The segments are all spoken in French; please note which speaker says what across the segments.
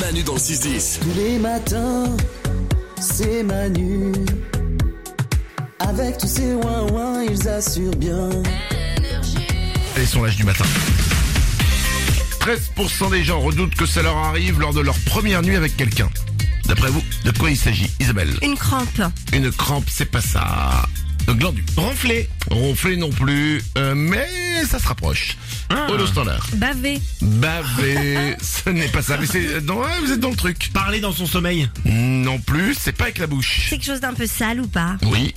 Speaker 1: Manu dans le 6-10.
Speaker 2: Tous les matins, c'est Manu. Avec tous ces ouin-ouin, ils assurent bien.
Speaker 3: et son âge du matin. 13% des gens redoutent que ça leur arrive lors de leur première nuit avec quelqu'un. D'après vous, de quoi il s'agit, Isabelle
Speaker 4: Une crampe.
Speaker 3: Une crampe, c'est pas ça. Le glandu.
Speaker 5: Ronfler.
Speaker 3: Ronfler non plus, euh, mais ça se rapproche.
Speaker 5: Ah.
Speaker 3: Au standard.
Speaker 4: Bavé.
Speaker 3: Bavé, ce n'est pas ça. Mais c'est dans, ouais, vous êtes dans le truc.
Speaker 5: Parler dans son sommeil.
Speaker 3: Non plus, c'est pas avec la bouche.
Speaker 4: C'est quelque chose d'un peu sale ou pas
Speaker 3: Oui,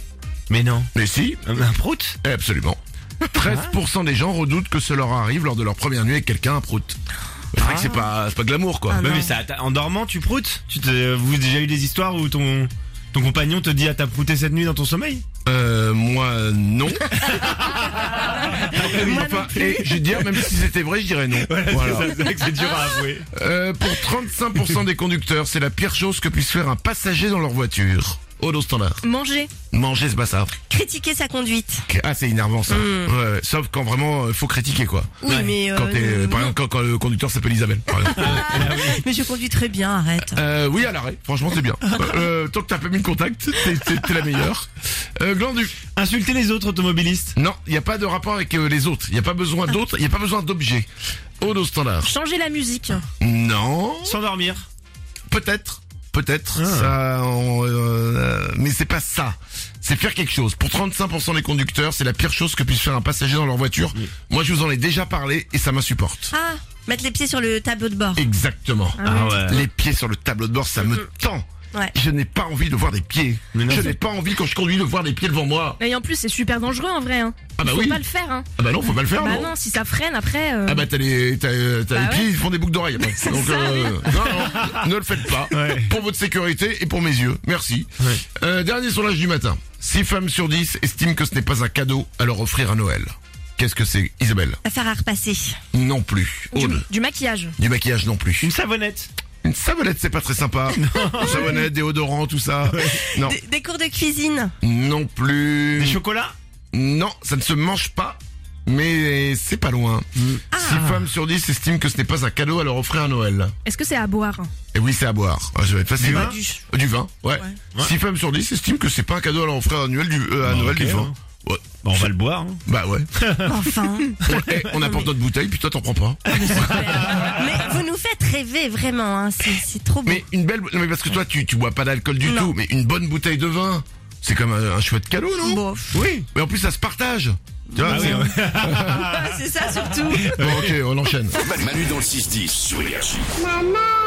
Speaker 5: Mais non. Euh,
Speaker 3: mais si,
Speaker 5: Un prout
Speaker 3: absolument. 13% des gens redoutent que ça leur arrive lors de leur première nuit avec quelqu'un, un prout. C'est vrai que c'est pas, c'est pas de l'amour, quoi.
Speaker 4: Ah
Speaker 5: Bah
Speaker 4: non.
Speaker 5: mais ça, t'as- en dormant, tu proutes tu te, Vous avez déjà eu des histoires où ton, ton compagnon te dit Ah, t'as prouté cette nuit dans ton sommeil
Speaker 3: Euh, moi, euh, non.
Speaker 4: Moi non
Speaker 3: Enfin, et je vais dire, même si c'était vrai, je dirais non. Voilà.
Speaker 5: C'est vrai que c'est dur à avouer.
Speaker 3: Euh, pour 35% des conducteurs, c'est la pire chose que puisse faire un passager dans leur voiture. Au dos standard.
Speaker 4: Manger.
Speaker 3: Manger, c'est pas ça.
Speaker 4: Critiquer sa conduite.
Speaker 3: Ah, c'est énervant, ça.
Speaker 4: Mm.
Speaker 3: Ouais, ouais. Sauf quand vraiment, euh, faut critiquer, quoi.
Speaker 4: Oui, mais, euh,
Speaker 3: quand t'es, euh, par
Speaker 4: non.
Speaker 3: exemple, quand, quand le conducteur s'appelle Isabelle. par exemple.
Speaker 4: mais je conduis très bien, arrête.
Speaker 3: Euh, oui, à l'arrêt. Franchement, c'est bien. Euh, euh, tant que t'as pas mis le contact, t'es- t'es t'es la meilleure. Euh, Glandu.
Speaker 5: Insulter les autres automobilistes.
Speaker 3: Non, il n'y a pas de rapport avec euh, les autres. Il n'y a pas besoin d'autres. Il n'y a pas besoin d'objets. Au dos standard.
Speaker 4: Changer la musique.
Speaker 3: Non.
Speaker 5: S'endormir.
Speaker 3: Peut-être. Peut-être.
Speaker 5: Ah.
Speaker 3: Ça, on, euh, mais c'est pas ça. C'est faire quelque chose. Pour 35% des conducteurs, c'est la pire chose que puisse faire un passager dans leur voiture. Moi, je vous en ai déjà parlé et ça m'insupporte.
Speaker 4: Ah, mettre les pieds sur le tableau de bord.
Speaker 3: Exactement.
Speaker 5: Ah ouais. Euh,
Speaker 3: Les pieds sur le tableau de bord, ça me tend.
Speaker 4: Ouais.
Speaker 3: Je n'ai pas envie de voir des pieds.
Speaker 5: Mais non,
Speaker 3: je
Speaker 5: c'est-
Speaker 3: n'ai pas envie quand je conduis de voir des pieds devant moi.
Speaker 6: Et en plus, c'est super dangereux en vrai. Hein.
Speaker 3: Ah bah
Speaker 6: Faut
Speaker 3: oui.
Speaker 6: pas le faire. Hein.
Speaker 3: Ah bah non, faut pas le faire.
Speaker 6: bah
Speaker 3: non.
Speaker 6: non, si ça freine après. euh,
Speaker 3: Ah bah t'as les, t'as, euh, t'as
Speaker 6: Bah
Speaker 3: les pieds, ils font des boucles d'oreilles. après. Donc euh, non, non, ne le faites pas.
Speaker 5: Ouais.
Speaker 3: Pour votre sécurité et pour mes yeux. Merci.
Speaker 5: Ouais.
Speaker 3: Euh, dernier sondage du matin. 6 femmes sur 10 estiment que ce n'est pas un cadeau à leur offrir à Noël. Qu'est-ce que c'est, Isabelle
Speaker 4: Affaire à repasser.
Speaker 3: Non plus.
Speaker 6: du,
Speaker 3: Aude
Speaker 6: du maquillage.
Speaker 3: Du maquillage non plus.
Speaker 5: Une savonnette.
Speaker 3: Une savonnette, c'est pas très sympa. Une savonnette, déodorant, tout ça. Non,
Speaker 4: Des- des cours de cuisine.
Speaker 3: non plus.
Speaker 5: Des chocolats.
Speaker 3: Non, ça ne se mange pas, mais c'est pas loin.
Speaker 5: Mm.
Speaker 3: 6
Speaker 5: Ah.
Speaker 3: femmes sur 10 estiment que ce n'est pas un cadeau à leur offrir à Noël.
Speaker 6: Est-ce que c'est à boire
Speaker 3: Et oui, c'est à boire. Ouais, ça va être facile. Euh,
Speaker 5: Du vin
Speaker 4: Du ch-
Speaker 3: Du vin, ouais.
Speaker 5: Ouais.
Speaker 3: 6 femmes sur 10 estiment que c'est pas un cadeau à leur offrir à Noël du, euh, à
Speaker 5: Bah,
Speaker 3: Noël
Speaker 5: ok,
Speaker 3: du vin.
Speaker 5: hein.
Speaker 3: Ouais.
Speaker 5: Bah, on va le boire. hein.
Speaker 3: Bah ouais.
Speaker 4: Enfin.
Speaker 3: Eh, on apporte notre bouteille, puis toi t'en prends pas.
Speaker 4: mais vous nous faites rêver vraiment. Hein. C'est c'est trop beau.
Speaker 3: Mais une belle, non mais parce que toi tu, tu bois pas d'alcool du
Speaker 4: Non.
Speaker 3: tout, mais une bonne bouteille de vin, c'est comme un, un chouette cadeau, non
Speaker 4: Bon.
Speaker 3: Oui. Mais en plus ça se partage. Tu vois,
Speaker 5: Ah oui,
Speaker 3: c'est-
Speaker 5: ouais.
Speaker 4: Ouais, Ah, c'est ça surtout.
Speaker 3: Bon, ok, on enchaîne.
Speaker 1: Manu dans le 6-10 sur Énergie.
Speaker 7: Maman,